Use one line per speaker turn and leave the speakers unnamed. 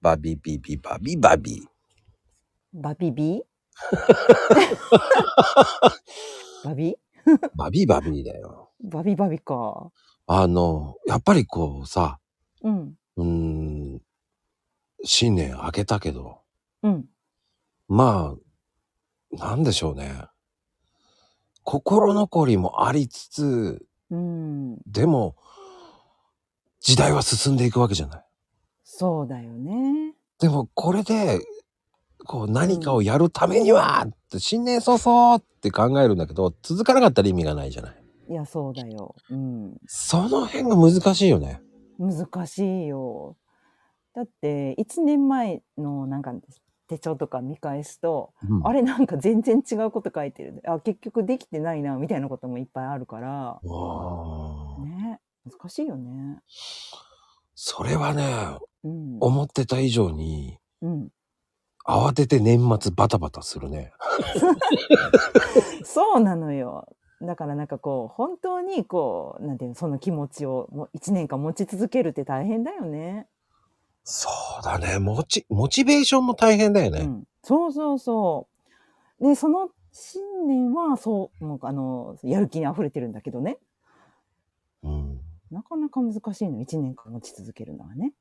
バビビビバビバビ。
バビビバビ
バビバビだよ。
バビバビか。
あの、やっぱりこうさ、
うん。
うーん、新年明けたけど、
うん。
まあ、なんでしょうね。心残りもありつつ、
うん。
でも、時代は進んでいくわけじゃない。
そうだよね。
でも、これで、こう、何かをやるためには、って新年早々って考えるんだけど、続かなかったら意味がないじゃない。
いや、そうだよ。うん。
その辺が難しいよね。
難しいよ。だって、1年前のなんか手帳とか見返すと、
うん
あれなんか全然違うこと書いてる。あ、結局できてないな、みたいなこともいっぱいあるから。
あー
ね。難しいよね。
それはね、
うん。
思ってた以上に、
うん。
慌てて年末バタバタするね。
そうなのよ。だからなんかこう本当にこうなんていうのその気持ちをもう1年間持ち続けるって大変だよね。
そうだね。モチ、モチベーションも大変だよね。
うん、そうそうそう。でその信念はそうもうあのやる気に溢れてるんだけどね
うん
なかなか難しいの1年間持ち続けるのはね。